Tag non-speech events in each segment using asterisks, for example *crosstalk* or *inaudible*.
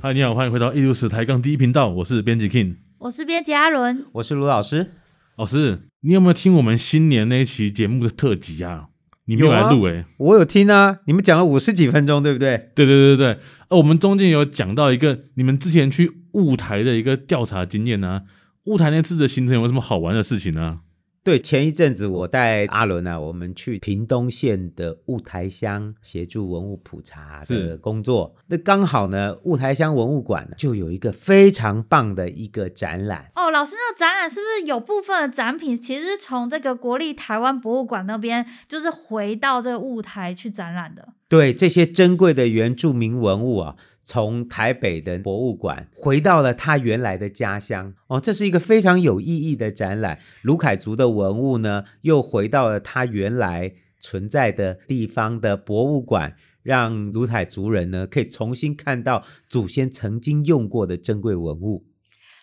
嗨，你好，欢迎回到艺术史抬杠第一频道，我是编辑 King 我是编辑阿伦，我是卢老师，老师。你有没有听我们新年那一期节目的特辑啊？你没有有啊来录诶、欸我有听啊，你们讲了五十几分钟，对不对？对对对对对，呃，我们中间有讲到一个你们之前去雾台的一个调查经验啊，雾台那次的行程有没有什么好玩的事情啊呢、对，前一阵子我带阿伦啊，我们去屏东县的雾台乡协助文物普查是的工作。那刚好呢，雾台乡文物馆呢就有一个非常棒的一个展览，哦，老师，那个展览是不是有部分的展品其实是从这个国立台湾博物馆那边，就是回到这个舞台去展览的？对这些珍贵的原住民文物啊，从台北的博物馆回到了他原来的家乡哦，这是一个非常有意义的展览。卢凯族的文物呢，又回到了他原来存在的地方的博物馆，让卢凯族人呢可以重新看到祖先曾经用过的珍贵文物。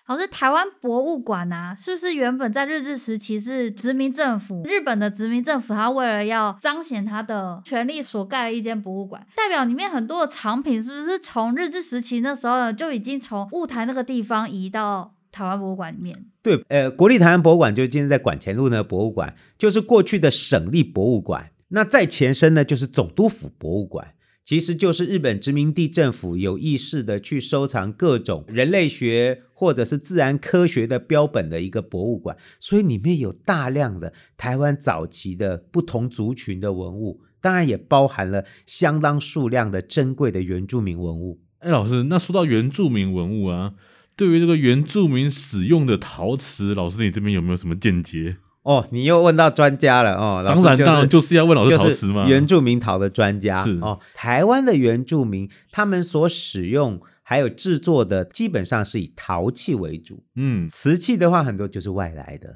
老师，台湾博物馆啊，是不是原本在日治时期是殖民政府，日本的殖民政府，它为了要彰显它的权力所盖的一间博物馆，代表里面很多的藏品是不是从日治时期那时候呢就已经从雾台那个地方移到台湾博物馆里面？对，呃，国立台湾博物馆就是今天在馆前路那个博物馆，就是过去的省立博物馆。那再前身呢，就是总督府博物馆，其实就是日本殖民地政府有意识的去收藏各种人类学或者是自然科学的标本的一个博物馆，所以里面有大量的台湾早期的不同族群的文物，当然也包含了相当数量的珍贵的原住民文物。哎，老师，那说到原住民文物啊，对于这个原住民使用的陶瓷，老师你这边有没有什么见解？哦，你又问到专家了哦，老师当然，就是当然就是要问老师陶就瓷是嘛。原住民陶的专家是哦，台湾的原住民他们所使用还有制作的，基本上是以陶器为主，嗯，瓷器的话很多就是外来的。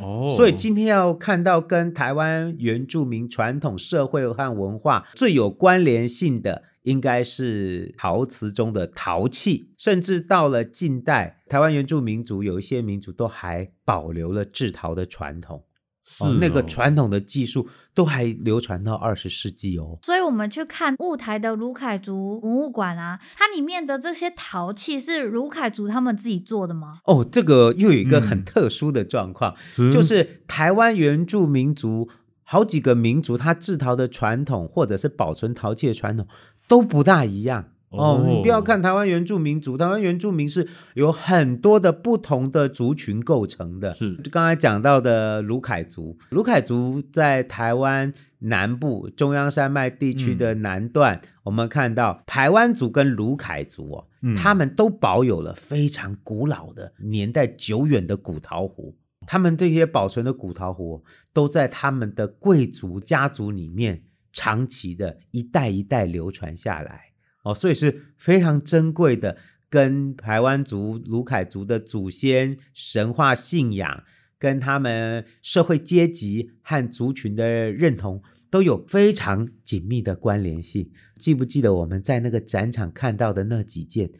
哦，所以今天要看到跟台湾原住民传统社会和文化最有关联性的，应该是陶瓷中的陶器，甚至到了近代，台湾原住民族有一些民族都还保留了制陶的传统。是、哦，那个，传统的技术都还流传到二十世纪哦。所以我们去看雾台的卢凯族文物馆啊，它里面的这些陶器是卢凯族他们自己做的吗？哦，这个又有一个嗯很特殊的状况，是就是台湾原住民族好几个民族，它制陶的传统或者是保存陶器的传统都不大一样。哦，你不要看台湾原住民族，台湾原住民是有很多的不同的族群构成的。是就刚才讲到的卢凯族，卢凯族在台湾南部中央山脉地区的南段，我们看到台湾族跟卢凯族哦，嗯他们都保有了非常古老的、年代久远的古陶壶。他们这些保存的古陶壶哦，都在他们的贵族家族里面长期的一代一代流传下来哦，所以是非常珍贵的，跟台湾族、卢凯族的祖先神话信仰，跟他们社会阶级和族群的认同。都有非常紧密的关联性。记不记得我们在那个展场看到的那几件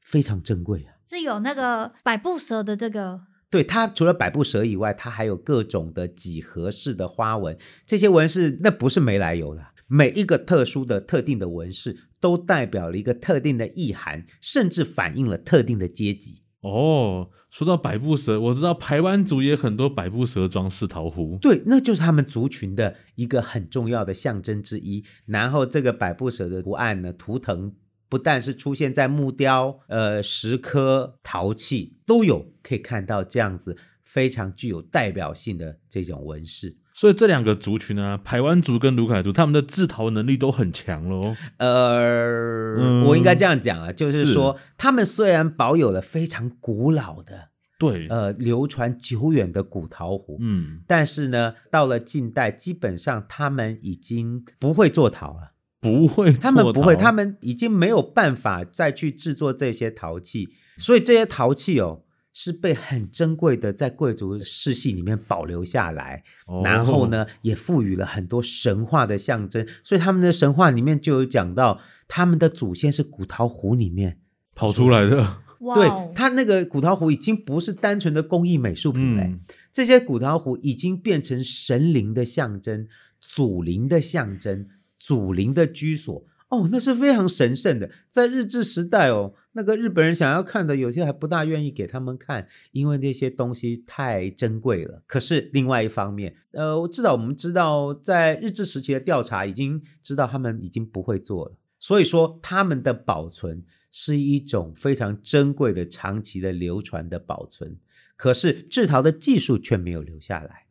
非常珍贵啊？是有那个百步蛇的这个对它除了百步蛇以外，它还有各种的几何式的花纹，这些纹饰那不是没来由的，啊每一个特殊的、特定的纹饰都代表了一个特定的意涵，甚至反映了特定的阶级。哦。说到百步蛇，我知道台湾族也很多百步蛇装饰陶壶。对，那就是他们族群的一个很重要的象征之一。然后这个百步蛇的图案呢，图腾不但是出现在木雕、呃石刻、陶器都有，可以看到这样子非常具有代表性的这种纹饰。所以这两个族群啊，排湾族跟卢凯族，他们的制陶能力都很强喽。呃，嗯我应该这样讲啊，就是是说他们虽然保有了非常古老的、对，呃流传久远的古陶壶，嗯，但是呢，到了近代，基本上他们已经不会做陶了。不会做陶，他们不会，他哦们已经没有办法再去制作这些陶器，所以这些陶器哦是被很珍贵的在贵族世系里面保留下来，哦然后？呢也赋予了很多神话的象征，所以他们的神话里面就有讲到他们的祖先是古陶壶里面，跑出来的，哇哦对，他那个古陶壶已经不是单纯的工艺美术品了、嗯，这些古陶壶已经变成神灵的象征、祖灵的象征、祖灵的居所。哦，那是非常神圣的。在日治时代哦，那个日本人想要看的，有些还不大愿意给他们看，因为那些东西太珍贵了。可是另外一方面，呃，至少我们知道，在日治时期的调查已经知道他们已经不会做了，所以说他们的保存是一种非常珍贵的、长期的流传的保存。可是制陶的技术却没有留下来。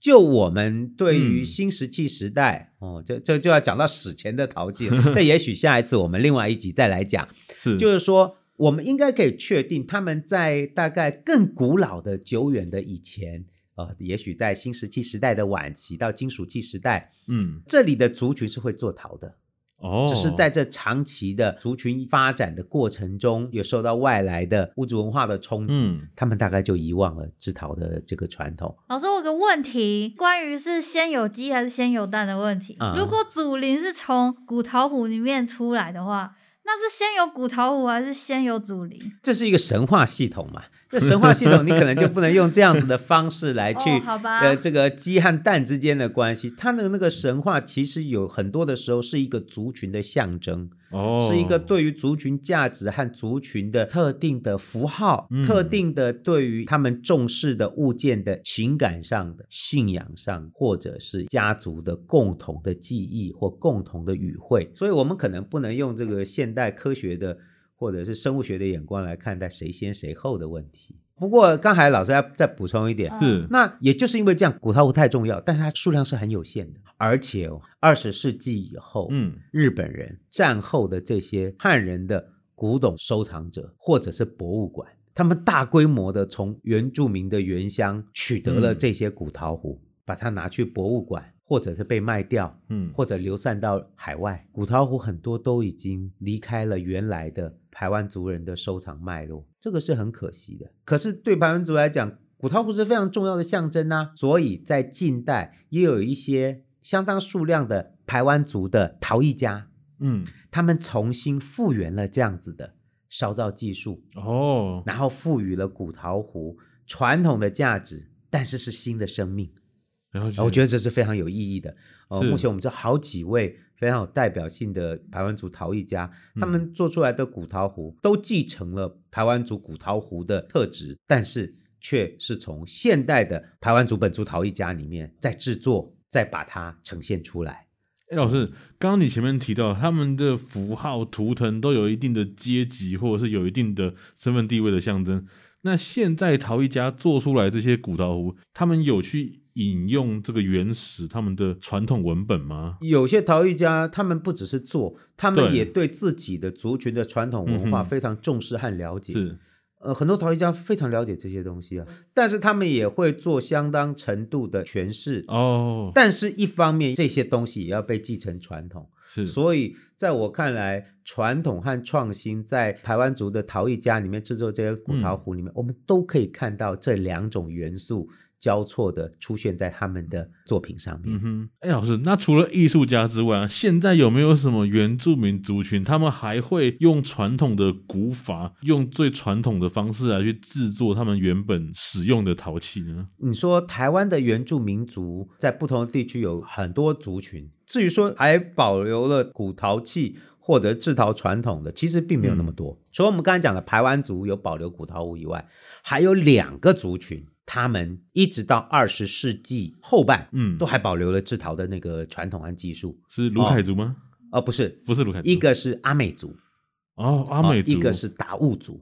就我们对于嗯新石器时代，哦，这这就要讲到史前的陶器了。这也许下一次我们另外一集再来讲。是就是说，我们应该可以确定，他们在大概更古老的、久远的以前，呃，也许在新石器时代的晚期到金属器时代，嗯这里的族群是会做陶的，哦，只是在这长期的族群发展的过程中，有受到外来的物质文化的冲击，嗯他们大概就遗忘了制陶的这个传统。老师，我有个问题，关于是先有鸡还是先有蛋的问题。啊如果祖灵是从骨桃核里面出来的话，那是先有骨桃核还是先有祖灵？这是一个神话系统嘛？这神话系统你可能就不能用这样子的方式来去、哦好吧呃这个鸡和蛋之间的关系。它的那个神话其实有很多的时候是一个族群的象征，哦嗯是一个对于族群价值和族群的特定的符号、嗯特定的对于他们重视的物件的情感上的、信仰上，或者是家族的共同的记忆或共同的语汇。所以，我们可能不能用这个现代科学的或者是生物学的眼光来看待谁先谁后的问题。不过，刚才老师要再补充一点，是那也就是因为这样，骨陶壶太重要，但是它数量是很有限的，而且哦二十世纪以后，嗯日本人战后的这些汉人的古董收藏者或者是博物馆，他们大规模的从原住民的原乡取得了嗯这些古陶壶，把它拿去博物馆，或者是被卖掉，嗯或者流散到海外。古陶壶很多都已经离开了原来的台湾族人的收藏脉络，这个是很可惜的。可是对台湾族来讲，古陶壶是非常重要的象征啊，所以在近代也有一些相当数量的台湾族的陶艺家，嗯他们重新复原了这样子的烧造技术，哦然后赋予了古陶壶传统的价值，但是是新的生命。了解，我觉得这是非常有意义的。呃，是目前我们这好几位非常有代表性的台湾族陶艺家，嗯他们做出来的古陶壶都继承了台湾族古陶壶的特质，但是却是从现代的台湾族本族陶艺家里面再制作，再把它呈现出来。哎，老师，刚刚你前面提到他们的符号、图腾都有一定的阶级，或者是有一定的身份地位的象征。那现在陶艺家做出来这些古陶壶，他们有去引用这个原始他们的传统文本吗？有些陶艺家，他们不只是做，他们对也对自己的族群的传统文化嗯哼非常重视和了解。是，呃，很多陶艺家非常了解这些东西啊，但是他们也会做相当程度的诠释哦，但是，一方面这些东西也要被继承传统，是，所以在我看来，传统和创新在台湾族的陶艺家里面制作这些古陶壶里面，我们都可以看到这两种元素交错的出现在他们的作品上面。嗯哼。哎，老师，那除了艺术家之外啊，现在有没有什么原住民族群，他们还会用传统的古法，用最传统的方式来去制作他们原本使用的陶器呢？你说台湾的原住民族在不同的地区有很多族群，至于说还保留了古陶器或者制陶传统的，其实并没有那嗯么多。除了我们刚才讲的台湾族有保留古陶壶以外，还有两个族群，他们一直到二十世纪后半，嗯都还保留了制陶的那个传统和技术。是卢哦凯族吗？哦，不是，不是卢凯族，一个是阿美族，哦，阿美哦族，一个是达悟族，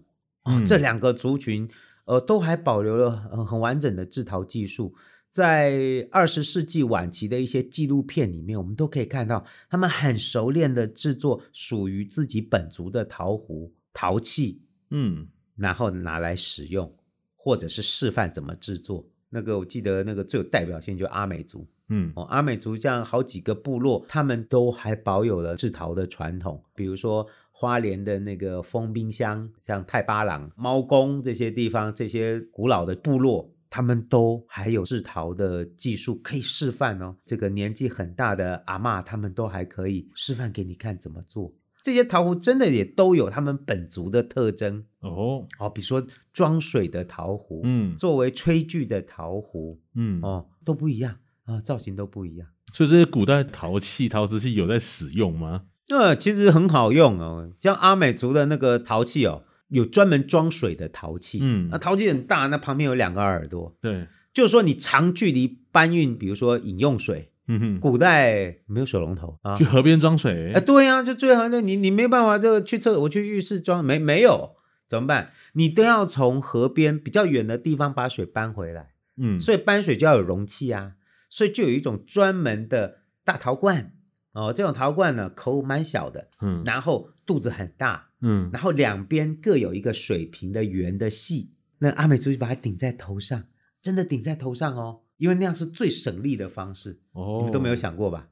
哦嗯这两个族群呃都还保留了很很完整的制陶技术。在二十世纪晚期的一些纪录片里面，我们都可以看到他们很熟练的制作属于自己本族的陶壶、陶器，嗯，然后拿来使用，或者是示范怎么制作。那个我记得那个最有代表性就是阿美族，嗯哦，阿美族这样好几个部落，他们都还保有了制陶的传统，比如说花莲的那个丰冰箱，像太巴郎、猫公这些地方，这些古老的部落。他们都还有制陶的技术可以示范哦，这个年纪很大的阿嬷，他们都还可以示范给你看怎么做。这些陶壶真的也都有他们本族的特征哦，哦，比如说装水的陶壶，嗯作为炊具的陶壶，嗯，哦，都不一样啊，造型都不一样。所以这些古代陶器、陶瓷器有在使用吗？那其实很好用哦，像阿美族的那个陶器哦，有专门装水的陶器，嗯那陶器很大，那旁边有两个耳朵，对，就是说你长距离搬运，比如说饮用水，嗯哼，古代没有水龙头啊去，河边装水哎，，对呀、就最好那你你没办法，这个去厕所我去浴室装没没有怎么办？你都要从河边比较远的地方把水搬回来，嗯，所以搬水就要有容器啊，所以就有一种专门的大陶罐哦，这种陶罐呢口蛮小的，嗯然后肚子很大，嗯，然后两边各有一个水平的圆的细。那阿美族就把它顶在头上，真的顶在头上哦，因为那样是最省力的方式。哦，你们都没有，想过吧？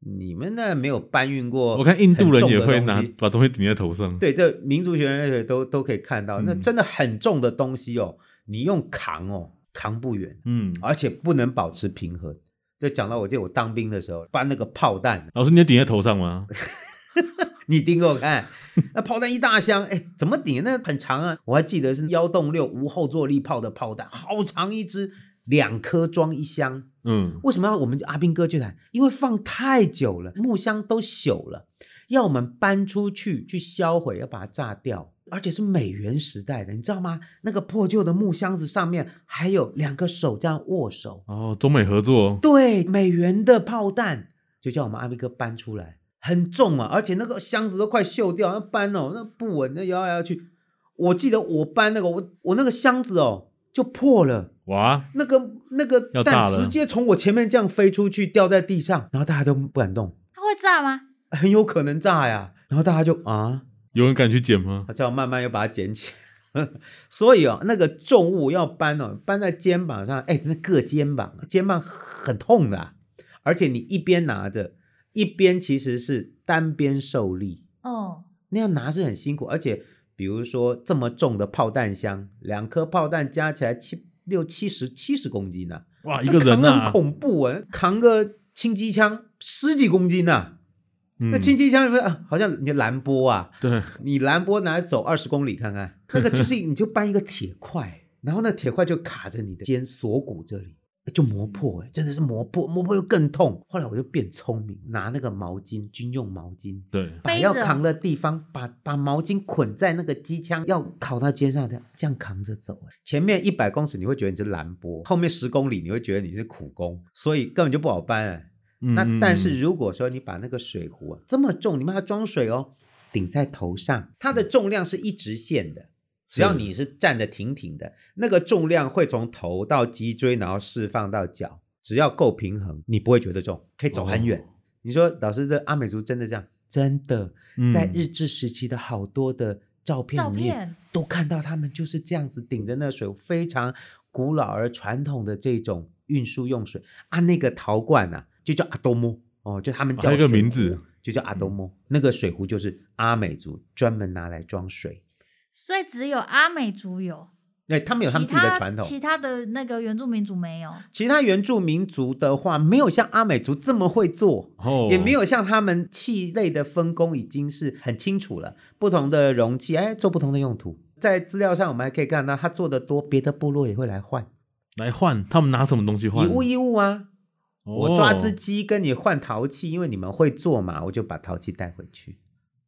你们那没有搬运过，我看印度人也会拿把东西顶在头上，，对，这民族学人都都可以看到，那嗯真的很重的东西哦，你用扛哦，扛不远，嗯，而且不能保持平衡。这讲到我记得我当兵的时候搬那个炮弹，老师你也顶在头上 *laughs* 吗？你顶给我看，那炮弹一大箱，哎，怎么顶？那很长啊，我还记得是幺洞六无后坐力炮的炮弹，好长一支，两颗装一箱。嗯，为什么要我们阿兵哥去谈？因为放太久了，木箱都朽了，要我们搬出去去销毁，要把它炸掉。而且是美元时代的，你知道吗？那个破旧的木箱子上面还有两个手这样握手。哦，中美合作，对，美元的炮弹就叫我们阿兵哥搬出来，很重啊，而且那个箱子都快锈掉，要搬哦，那不稳，那摇来摇去。我记得我搬那个，我我那个箱子哦就破了。哇，那个那个要炸蛋了直接从我前面这样飞出去，掉在地上，然后大家都不敢动，它会炸吗？很有可能炸呀。然后大家就啊，有人敢去捡吗？他叫我慢慢又把它捡起来。 *laughs* 所以哦，那个重物要搬哦，搬在肩膀上，哎，那硌肩膀，肩膀很痛的啊、而且你一边拿着，一边其实是单边受力，哦，那样拿是很辛苦。而且比如说这么重的炮弹箱，两颗炮弹加起来七六七十七十公斤呢、啊哇，一个人扛得呐很，恐怖啊，扛个轻机枪十几公斤呐、啊嗯那轻机枪你说啊，好像你的兰波啊，对，你兰波拿来走二十公里看看，那个就是你就搬一个铁块， *laughs* 然后那铁块就卡着你的肩锁骨这里，就磨破、欸，真的是磨破，磨破又更痛。后来我就变聪明，拿那个毛巾，军用毛巾。对，把背要着扛的地方，把把毛巾捆在那个机枪要靠到肩上的，这样扛着走。哎前面一百公尺你会觉得你是兰波，后面十公里你会觉得你是苦工，所以根本就不好搬、啊。嗯那但嗯是如果说你把那个水壶啊这么重，你们要装水哦，顶在头上，它的重量是一直线的。只要你是站得挺挺的，那个重量会从头到脊椎，然后释放到脚，只要够平衡，你不会觉得重，可以走很远。哦你说老师，这阿美族真的这样？真的，嗯在日治时期的好多的照片照里面，片都看到他们就是这样子顶着那水，非常古老而传统的这种运输用水啊，那个陶罐啊，就叫阿多莫哦，就他们叫还有一啊个水名字嗯壶，就叫阿多莫。那个水壶就是阿美族专门拿来装水，所以只有阿美族有，对他们有他们自己的传统。其他的那个原住民族没有。其他原住民族的话，没有像阿美族这么会做，哦，也没有像他们器类的分工已经是很清楚了，不同的容器，哎，做不同的用途。在资料上，我们还可以看到，他做的多，别的部落也会来换，来换，他们拿什么东西以换？物易物哦啊。我抓只鸡跟你换陶器，因为你们会做嘛，我就把陶器带回去，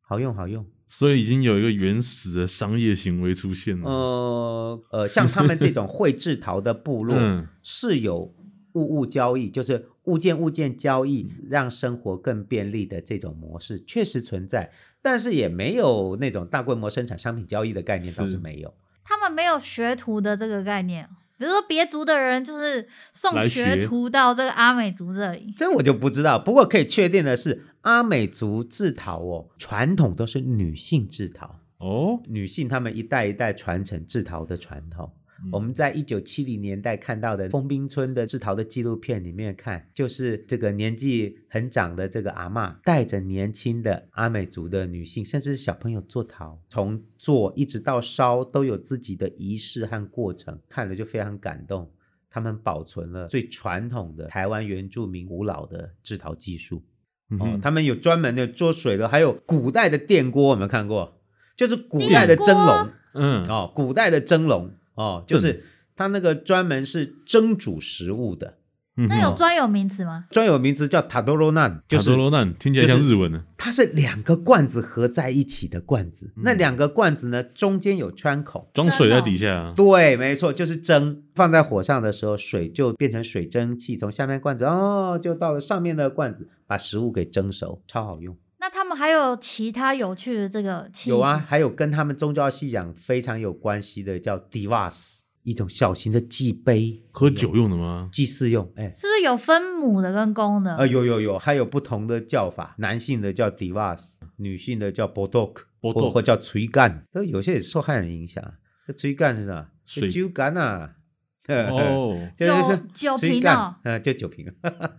好用好用。所以已经有一个原始的商业行为出现了。呃呃，像他们这种会制陶的部落，嗯，是有物物交易，就是物件物件交易，让生活更便利的这种模式确实存在，但是也没有那种大规模生产商品交易的概念，是倒是没有。他们没有学徒的这个概念，哦比如说别族的人就是送来学学徒到这个阿美族这里，这我就不知道，不过可以确定的是，阿美族制陶哦，传统都是女性制陶，哦，女性她们一代一代传承制陶的传统。嗯我们在一九七零年代看到的丰滨村的制陶的纪录片里面看，就是这个年纪很长的这个阿嬷带着年轻的阿美族的女性，甚至是小朋友做陶，从做一直到烧都有自己的仪式和过程，看了就非常感动。他们保存了最传统的台湾原住民古老的制陶技术。嗯哦哼，他们有专门的做水的，还有古代的电锅，有没有看过？就是古代的电锅蒸笼嗯，哦，古代的蒸笼哦，就是它那个专门是蒸煮食物的嗯那有哼，专有名词吗？专有名词叫塔多罗难，就塔多是罗难听起来像日文呢。它是两个罐子合在一起的罐子，那嗯两个罐子呢中间有穿孔。装水在底下啊，对，没错，就是蒸。放在火上的时候，水就变成水蒸气，从下面罐子哦，就到了上面的罐子，把食物给蒸熟，超好用。那他们还有其他有趣的这个器有啊，型，还有跟他们宗教信仰非常有关系的叫 divas，一种小型的祭杯，喝酒用的吗？祭祀用。哎，是不是有分母的跟公的？呃，有有有，还有不同的叫法，男性的叫 divas，女性的叫 bodok， bodok 或或叫锤干，都有些也受汉人影响。这锤干是啥？水是酒干啊。 *laughs* 哦，就酒是酒追瓶干哦呃，就酒瓶，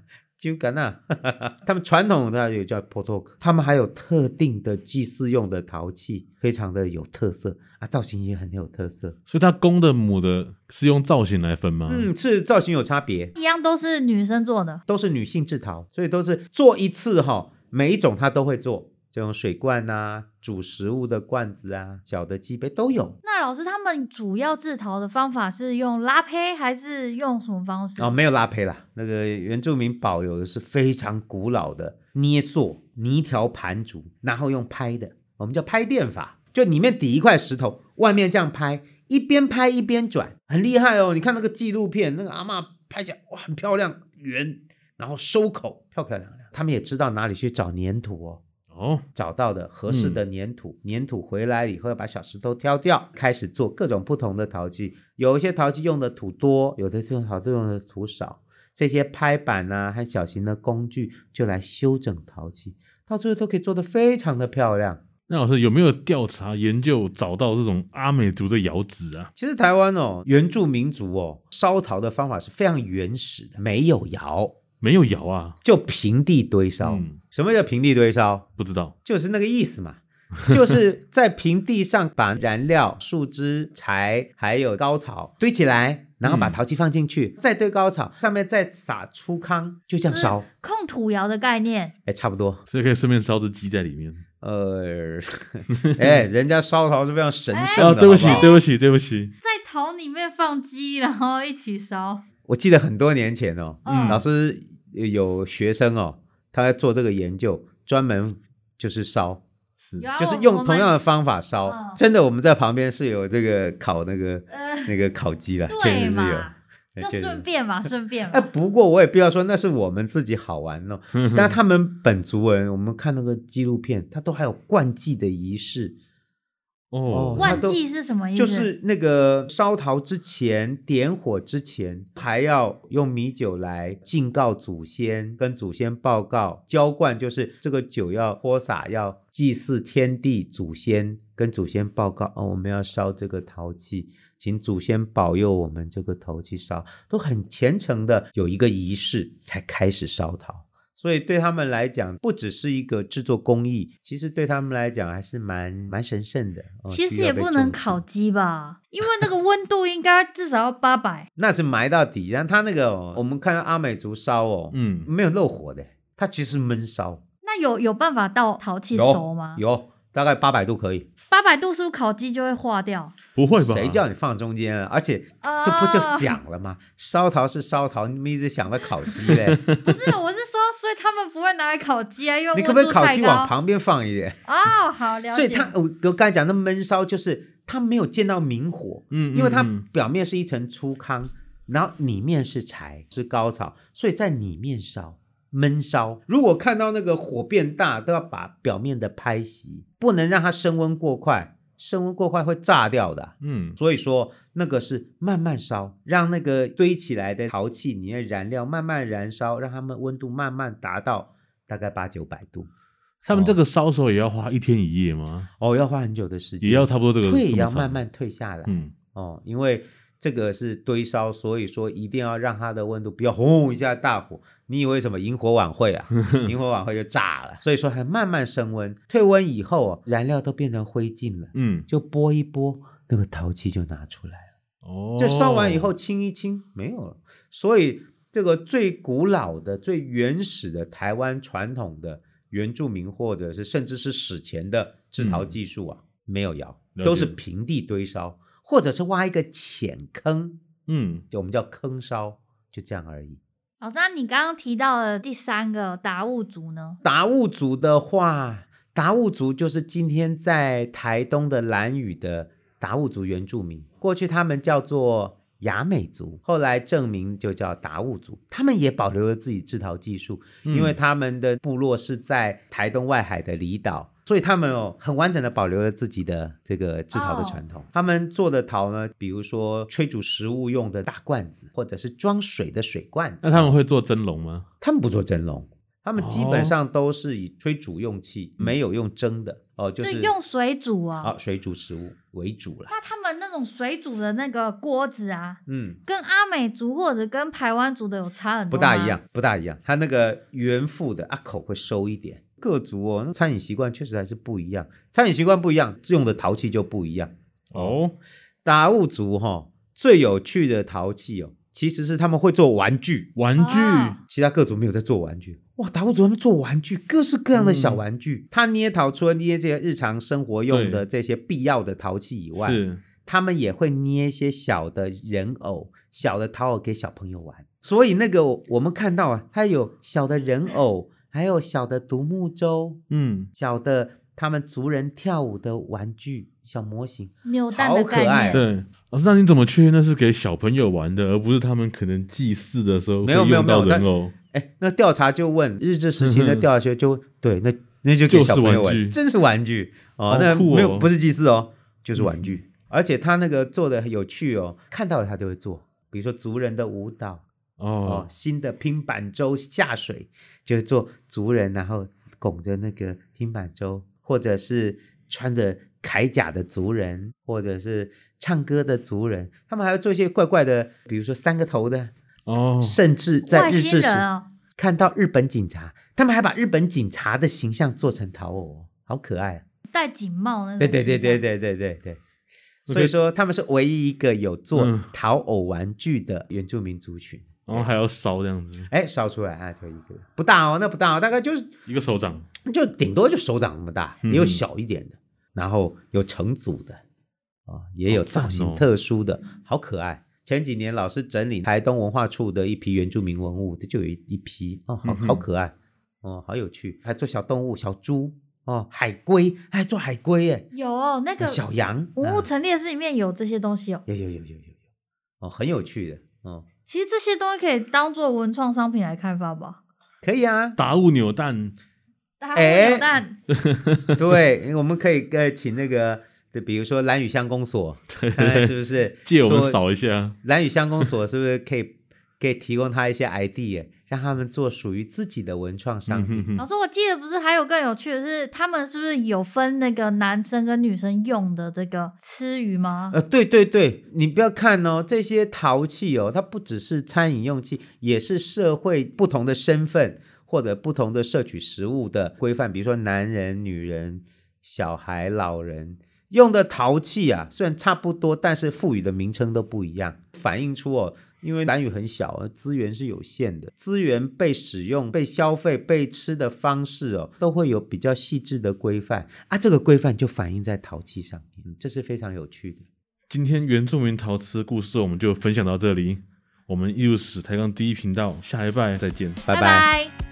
*laughs* 酒干啊， *laughs* 他们传统的有叫 p o t o k 他们还有特定的祭祀用的陶器，非常的有特色啊，造型也很有特色，所以它公的母的是用造型来分吗？嗯，是造型有差别，一样都是女生做的，都是女性制陶，所以都是做一次哈、每一种她都会做，这种水罐啊，煮食物的罐子啊，小的鸡杯都有。那老师他们主要制陶的方法是用拉胚还是用什么方式？哦，没有拉胚啦，那个原住民保留的是非常古老的捏塑泥条盘竹，然后用拍的，我们叫拍电法，就里面底一块石头，外面这样拍，一边拍一边转，很厉害哦。你看那个纪录片，那个阿嬷拍起来哇，很漂亮，圆，然后收口，漂漂亮亮。他们也知道哪里去找粘土哦。哦，找到的合适的粘土，粘土回来以后要把小石头挑掉，开始做各种不同的陶器。有一些陶器用的土多，有的用陶器用的土少。这些拍板啊和小型的工具就来修整陶器，到最后都可以做得非常的漂亮。那老师有没有调查研究找到这种阿美族的窑址啊？其实台湾哦，原住民族哦，烧陶的方法是非常原始的，没有窑，没有窑啊，就平地堆烧。嗯什么叫平地堆烧？不知道。就是那个意思嘛， *laughs* 就是在平地上把燃料、树枝、柴还有高草堆起来，然后把嗯陶器放进去，再堆高草，上面再撒粗糠，就这样烧。控土窑的概念，哎，差不多。所以可以顺便烧只鸡在里面。呃，哎，人家烧陶是非常神圣的。啊，对不起好，好对不起，对不起。在陶里面放鸡，然后一起烧。我记得很多年前哦，嗯老师有学生哦，他在做这个研究，专门就是烧。是有啊就是我用我同们样的方法烧嗯，真的，我们在旁边是有这个烤那个 *laughs* 呃 *laughs* 那个烤鸡啦，确对实是有嘛，，对就确实顺。便嘛，顺便哎，嘛。不过我也不要说那是我们自己好玩哦，嗯但他们本族人，我们看那个纪录片，他都还有灌祭的仪式， *laughs* 哦，哇万记是什么意思？就是那个烧陶之前、点火之前，还要用米酒来敬告祖先，跟祖先报告。浇灌就是这个酒要泼洒，要祭祀天地祖先，跟祖先报告哦，我们要烧这个陶器，请祖先保佑我们这个陶器烧，都很虔诚的有一个仪式才开始烧陶。所以对他们来讲，不只是一个制作工艺，其实对他们来讲还是蛮蛮神圣的。哦其需实要也被不能重视烤鸡吧，因为那个温度应该至少要八百。那是埋到底，但他那个哦、我们看到阿美族烧哦，嗯，没有漏火的，它其实闷烧，那有有办法到陶器熟有吗？有大概八百度可以，八百度是不是烤鸡就会化掉？不会吧？谁叫你放中间啊？而且啊这不就讲了吗？烧陶是烧陶，你们一直想到烤鸡嘞，不是，啊我是说，所以他们不会拿来烤鸡啊，因为温你可不可以度烤太鸡高往。旁边放一点？哦，好了解。所以它我我刚才讲那闷烧就是它没有见到明火，嗯，嗯因为它嗯表面是一层粗糠，然后里面是柴，是高草，所以在里面烧，闷烧。如果看到那个火变大，都要把表面的拍熄，不能让它升温过快，升温过快会炸掉的。嗯，所以说，那个是慢慢烧，让那个堆起来的陶器里面燃料慢慢燃烧，让它们温度慢慢达到大概八九百度。他们这个烧熟也要花一天一夜吗？哦，要花很久的时间，也要差不多这个退，这也么要长慢慢退下来。嗯，哦，因为这个是堆烧，所以说一定要让它的温度不要 *laughs* 轰一下大火。你以为什么萤火晚会啊？萤火晚会就炸了，所以说它慢慢升温，退温以后啊，燃料都变成灰烬了，嗯，就拨一拨，那个陶器就拿出来了。哦，就烧完以后清一清，没有了。所以这个最古老的、最原始的台湾传统的原住民，或者是甚至是史前的制陶嗯技术啊，没有窑，了都解是平地堆烧，或者是挖一个浅坑，嗯，就我们叫坑烧，就这样而已。哦，那你刚刚提到的第三个达悟族呢？达悟族的话，达悟族就是今天在台东的兰屿的达悟族原住民，过去他们叫做雅美族，后来证明就叫达悟族。他们也保留了自己制陶技术，因为嗯他们的部落是在台东外海的离岛，所以他们哦很完整的保留了自己的这个制陶的传统。他们做的陶呢，比如说炊煮食物用的大罐子，或者是装水的水罐子。那他们会做蒸笼吗？他们不做蒸笼，他们基本上都是以炊煮用器，没有用蒸的哦、就就是用啊水煮啊、哦。水煮食物为主啦。那他们那种水煮的那个锅子啊，嗯，跟阿美族或者跟台湾族的有差很不多大吗一。样，不大一样。它那个原腹的啊口会收一点。各族哦，那餐饮习惯确实还是不一样，餐饮习惯不一样，用的陶器就不一样。哦，达悟族哈、最有趣的陶器哦，其实是他们会做玩具。玩具，啊其他各族没有在做玩具。嗯哇，达悟族他们做玩具，各式各样的小玩具。他捏陶除了捏这些日常生活用的这些必要的陶器以外，是他们也会捏一些小的人偶、小的陶偶给小朋友玩。所以那个我我们看到啊，它有小的人偶，还有小的独木舟，嗯，小的他们族人跳舞的玩具小模型。扭蛋的好可概爱念，啊对。老师，那你怎么确定那是给小朋友玩的，而不是他们可能祭祀的时候没有会没有用到没有人偶？哎，那调查就问日治时期的调查学就对，那那就给嗯就是小朋友玩玩，具真是玩具哦，好那酷没有哦嗯不是祭祀哦，就是玩具，而且他那个做的有趣哦，看到了他就会做，比如说族人的舞蹈哦哦，，新的拼板舟下水就是做族人，然后拱着那个拼板舟，或者是穿着。铠甲的族人，或者是唱歌的族人，他们还要做一些怪怪的，比如说三个头的，哦，甚至在外日星治时人哦，看到日本警察，他们还把日本警察的形象做成陶偶哦，好可爱、啊！戴警帽那种。对对对对。对对对对。嗯我所觉以得说，他们是唯一一个有做嗯陶偶玩具的原住民族群。然后哦还要烧这样子，哎，烧出来啊，就一个不大哦，那不大哦，大概就是一个手掌，就顶多就手掌那么大，嗯也有小一点的，然后有成组的，啊，也有好赞造型哦特殊的，好可爱。前几年老师整理台东文化处的一批原住民文物，这就有一一批哦，好嗯哼好可爱哦，好有趣，还做小动物，小猪哦，海龟，还做海龟耶，有哦那个小羊，文物啊陈列室里面有这些东西哦。有有有有有有，哦，很有趣的哦，其实这些东西可以当做文创商品来开发吧。可以啊，打物扭蛋，打哎扭蛋，对， *laughs* 我们可以呃请那个，就比如说蓝屿乡公所，看哎看是不是 *laughs* 借我做们扫一下，蓝宇乡公所是不是可以 *laughs* 可以提供他一些 idea，让他们做属于自己的文创商嗯品？哼老哼，师，我记得不是还有更有趣的是，他们是不是有分那个男生跟女生用的这个吃鱼吗？呃，对对对，你不要看哦，这些陶器哦，它不只是餐饮用器，也是社会不同的身份或者不同的摄取食物的规范，比如说男人、女人、小孩、老人。用的陶器啊，虽然差不多，但是赋予的名称都不一样，反映出哦，因为蓝屿很小，资源是有限的，资源被使用、被消费、被吃的方式哦，都会有比较细致的规范啊。这个规范就反映在陶器上面，嗯这是非常有趣的。今天原住民陶瓷故事我们就分享到这里，我们艺术史抬杠第一频道，下一拜再见。拜拜